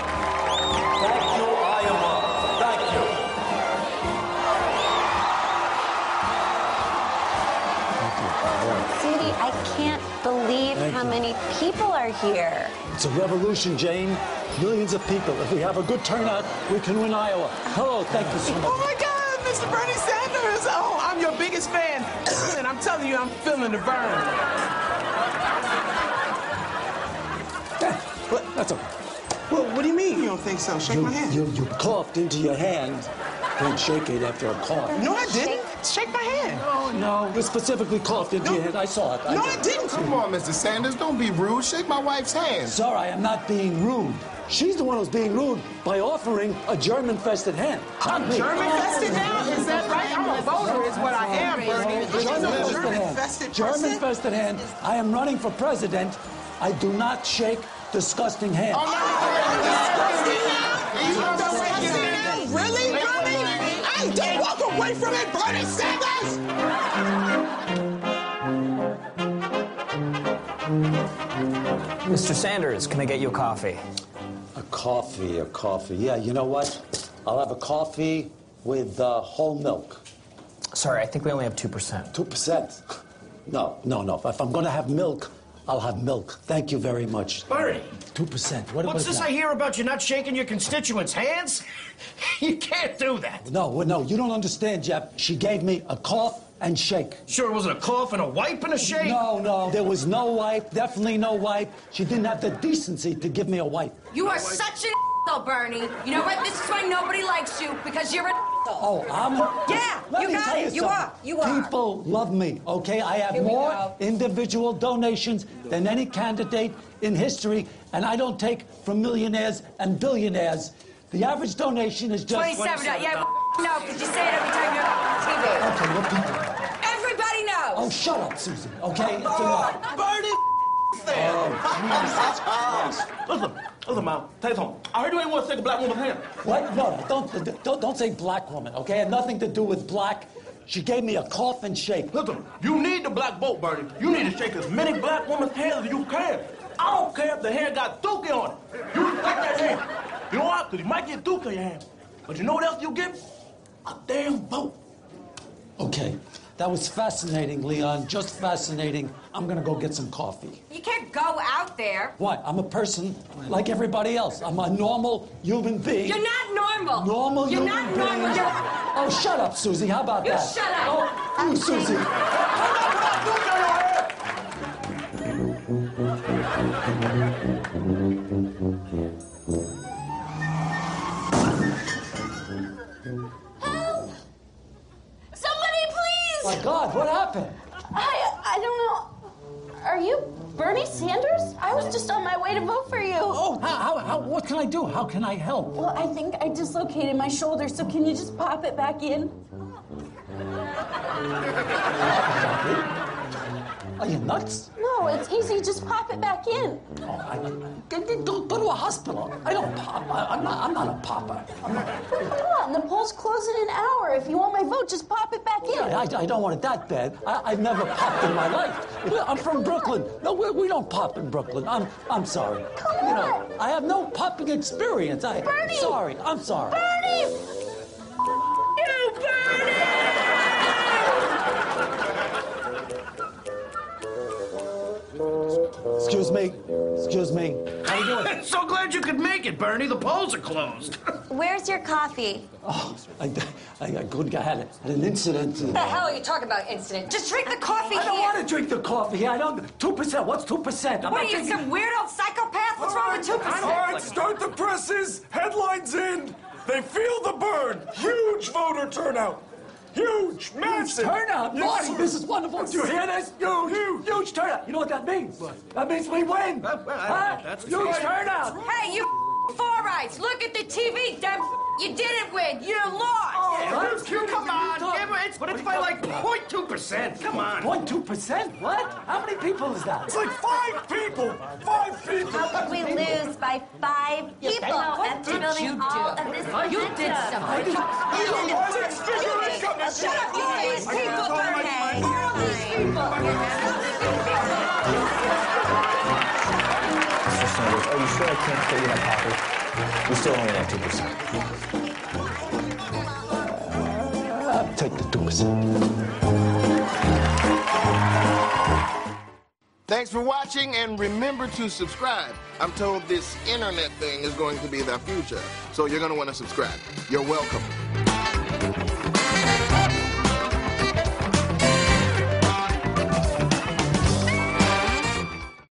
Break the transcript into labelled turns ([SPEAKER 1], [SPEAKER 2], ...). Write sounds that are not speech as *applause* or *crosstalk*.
[SPEAKER 1] Thank you, Iowa. Thank you.
[SPEAKER 2] Judy, I can't believe how many people are here.
[SPEAKER 3] It's a revolution, Jane. Millions of people. If we have a good turnout, we can win Iowa. Hello, thank you so
[SPEAKER 4] Oh
[SPEAKER 3] much.
[SPEAKER 4] my God, Mr. Bernie Sanders! Oh, I'm your biggest fan, and I'm telling you, I'm feeling the burn.
[SPEAKER 3] Well, That's all.
[SPEAKER 4] Well, what do you mean? You don't think so? Shake
[SPEAKER 3] You,
[SPEAKER 4] my hand.
[SPEAKER 3] you, you coughed into your hand. Don't shake it after a cough.
[SPEAKER 4] no, I didn't. Shake my hand.
[SPEAKER 3] No, no. You specifically coughed into your hand. I saw it.
[SPEAKER 4] No,
[SPEAKER 3] I,
[SPEAKER 4] I didn't.
[SPEAKER 5] Come on, Mr. Sanders, don't be rude. Shake my wife's hand.
[SPEAKER 3] Sorry, I'm not being rude. She's the one who's being rude by offering a German fested hand. Not me.
[SPEAKER 4] German fested now? Is that right? I'm a voter, is what I am, Bernie. But you know,
[SPEAKER 3] German fested
[SPEAKER 4] German
[SPEAKER 3] hand.
[SPEAKER 4] fested
[SPEAKER 3] German
[SPEAKER 4] person?
[SPEAKER 3] fested hand. I am running for president. I do not shake disgusting hands.
[SPEAKER 4] Disgusting now?
[SPEAKER 5] He's
[SPEAKER 4] You
[SPEAKER 5] not
[SPEAKER 4] disgusting
[SPEAKER 5] saying
[SPEAKER 4] now? Really, Bernie? I don't walk away from it, Bernie Sanders!
[SPEAKER 6] Mr. Sanders, can I get you a coffee?
[SPEAKER 3] A coffee, a coffee. Yeah, you know what? I'll have a coffee with uh, whole milk.
[SPEAKER 6] Sorry, I think we only have 2%.
[SPEAKER 3] Two percent. No, no, no. If I'm going to have milk, I'll have milk. Thank you very much.
[SPEAKER 7] Bernie,
[SPEAKER 3] Two percent. What
[SPEAKER 7] what's
[SPEAKER 3] about
[SPEAKER 7] this
[SPEAKER 3] that?
[SPEAKER 7] I hear about you not shaking your constituents'
[SPEAKER 8] *laughs*
[SPEAKER 7] hands? you can't do that.
[SPEAKER 3] No, no, you don't understand, Jeff. She gave me a cough and shake.
[SPEAKER 7] Sure, it wasn't a cough and a wipe and a shake?
[SPEAKER 3] No, no, there was no wipe. Definitely no wipe. She didn't have the decency to give me a wipe.
[SPEAKER 9] You are such an *laughs* though, Bernie. You know what? This is why nobody likes you because you're an *laughs*
[SPEAKER 3] Oh, I'm. A,
[SPEAKER 9] Yeah,
[SPEAKER 3] Let
[SPEAKER 9] you
[SPEAKER 3] me
[SPEAKER 9] got
[SPEAKER 3] tell
[SPEAKER 9] it. You
[SPEAKER 3] something.
[SPEAKER 9] are. You are.
[SPEAKER 3] People love me. Okay, I have
[SPEAKER 9] Here we
[SPEAKER 3] more
[SPEAKER 9] go.
[SPEAKER 3] individual donations than any candidate in history, and I don't take from millionaires and billionaires. The average donation is just.
[SPEAKER 9] twenty-seven. Yeah, *laughs* no, because you say it every time you're on TV.
[SPEAKER 3] Okay, what people?
[SPEAKER 9] Everybody knows.
[SPEAKER 3] Oh, shut up, Susan. Okay, it's
[SPEAKER 9] Oh.
[SPEAKER 3] enough.
[SPEAKER 4] Bernie Sanders!
[SPEAKER 8] Listen, listen, Mom. Take home. I heard you ain't want to stick a black woman's hand.
[SPEAKER 3] What? No, don't, don't don't say black woman. Okay, it had nothing to do with black. She gave me a cough and shake.
[SPEAKER 8] Listen, you need the black boat, Bernie. You need to shake as many black women's hands as you can. I don't care if the hand got dookie on it. You shake that hand. You know why? Because you might get dookie on your hand. But you know what else you get? A damn boat.
[SPEAKER 3] Okay, that was fascinating, Leon. Just fascinating. I'm gonna go get some coffee.
[SPEAKER 9] You can't go out there.
[SPEAKER 3] What? I'm a person like everybody else. I'm a normal human being.
[SPEAKER 9] You're not normal.
[SPEAKER 3] normal
[SPEAKER 9] You're
[SPEAKER 3] human
[SPEAKER 9] not
[SPEAKER 3] being.
[SPEAKER 9] normal. You're *laughs* a-
[SPEAKER 3] Oh, shut up, Susie. How about
[SPEAKER 9] You
[SPEAKER 3] that?
[SPEAKER 9] shut up.
[SPEAKER 3] Oh, you, Susie.
[SPEAKER 9] Help! Somebody, please!
[SPEAKER 3] My God, what happened?
[SPEAKER 10] I I don't know. Are you Bernie Sanders? I was just on my way to vote for you.
[SPEAKER 3] Oh, how, how, how, what can I do? How can I help?
[SPEAKER 10] Well, I think I dislocated my shoulder, so can you just pop it back in?
[SPEAKER 3] Are you nuts?
[SPEAKER 10] No, it's easy. Just pop it back in.
[SPEAKER 3] Oh, I, go, go, go to a hospital. I don't pop. I, I'm not. I'm not a popper. I'm not,
[SPEAKER 10] Come on, the polls close in an hour. If you want my vote, just pop it back in.
[SPEAKER 3] I, I don't want it that bad. I, I've never popped in my life. I'm from Brooklyn. No, we, we don't pop in Brooklyn. I'm, I'm sorry.
[SPEAKER 10] Come
[SPEAKER 3] You know,
[SPEAKER 10] on.
[SPEAKER 3] I have no popping experience. I,
[SPEAKER 10] Bernie!
[SPEAKER 3] Sorry. I'm sorry.
[SPEAKER 10] Bernie!
[SPEAKER 9] You Bernie!
[SPEAKER 3] Excuse me. Excuse me. How you doing?
[SPEAKER 8] *laughs*
[SPEAKER 7] so glad you could make it, Bernie. The polls are closed.
[SPEAKER 2] Where's your coffee?
[SPEAKER 3] Oh, I, I, I couldn't. I had, a, had an incident.
[SPEAKER 9] What the hell are you talking about, incident? Just drink the coffee
[SPEAKER 3] I don't
[SPEAKER 9] here.
[SPEAKER 3] want to drink the coffee. here. I don't. Two percent. What's two percent? I'm
[SPEAKER 9] What
[SPEAKER 3] not
[SPEAKER 9] are you,
[SPEAKER 3] drinking.
[SPEAKER 9] some weird old psychopath? What's wrong with 2%?
[SPEAKER 8] start the presses. Headlines in. They feel the burn. Huge voter turnout. Huge, massive.
[SPEAKER 3] Turnout, Marty, this is wonderful. Do you hear this? Huge, huge, turnout. You know what that means? That means we win. huh? huge turnout.
[SPEAKER 9] Hey, you *laughs* four eyes, *laughs* look at the TV, dumb. You didn't win. You lost.
[SPEAKER 3] What?
[SPEAKER 4] Come on,
[SPEAKER 3] What?
[SPEAKER 4] give it
[SPEAKER 7] cents? What if I like 0.2%? Come on.
[SPEAKER 3] One, two percent? What? How many people is that?
[SPEAKER 1] It's like five people. Five people.
[SPEAKER 2] How could we lose by five people after building all of this momentum?
[SPEAKER 9] You did something.
[SPEAKER 1] Why is it figure income?
[SPEAKER 2] Shut up, you
[SPEAKER 1] Why?
[SPEAKER 2] these people, Bernie!
[SPEAKER 9] All
[SPEAKER 6] Mr. Sanders,
[SPEAKER 9] these
[SPEAKER 6] are you sure I can't fit you in a pocket? We still only have 2%.
[SPEAKER 3] Take the two percent.
[SPEAKER 5] Thanks for watching and remember to subscribe. I'm told this internet thing is going to be the future. So you're going to want to subscribe. You're welcome.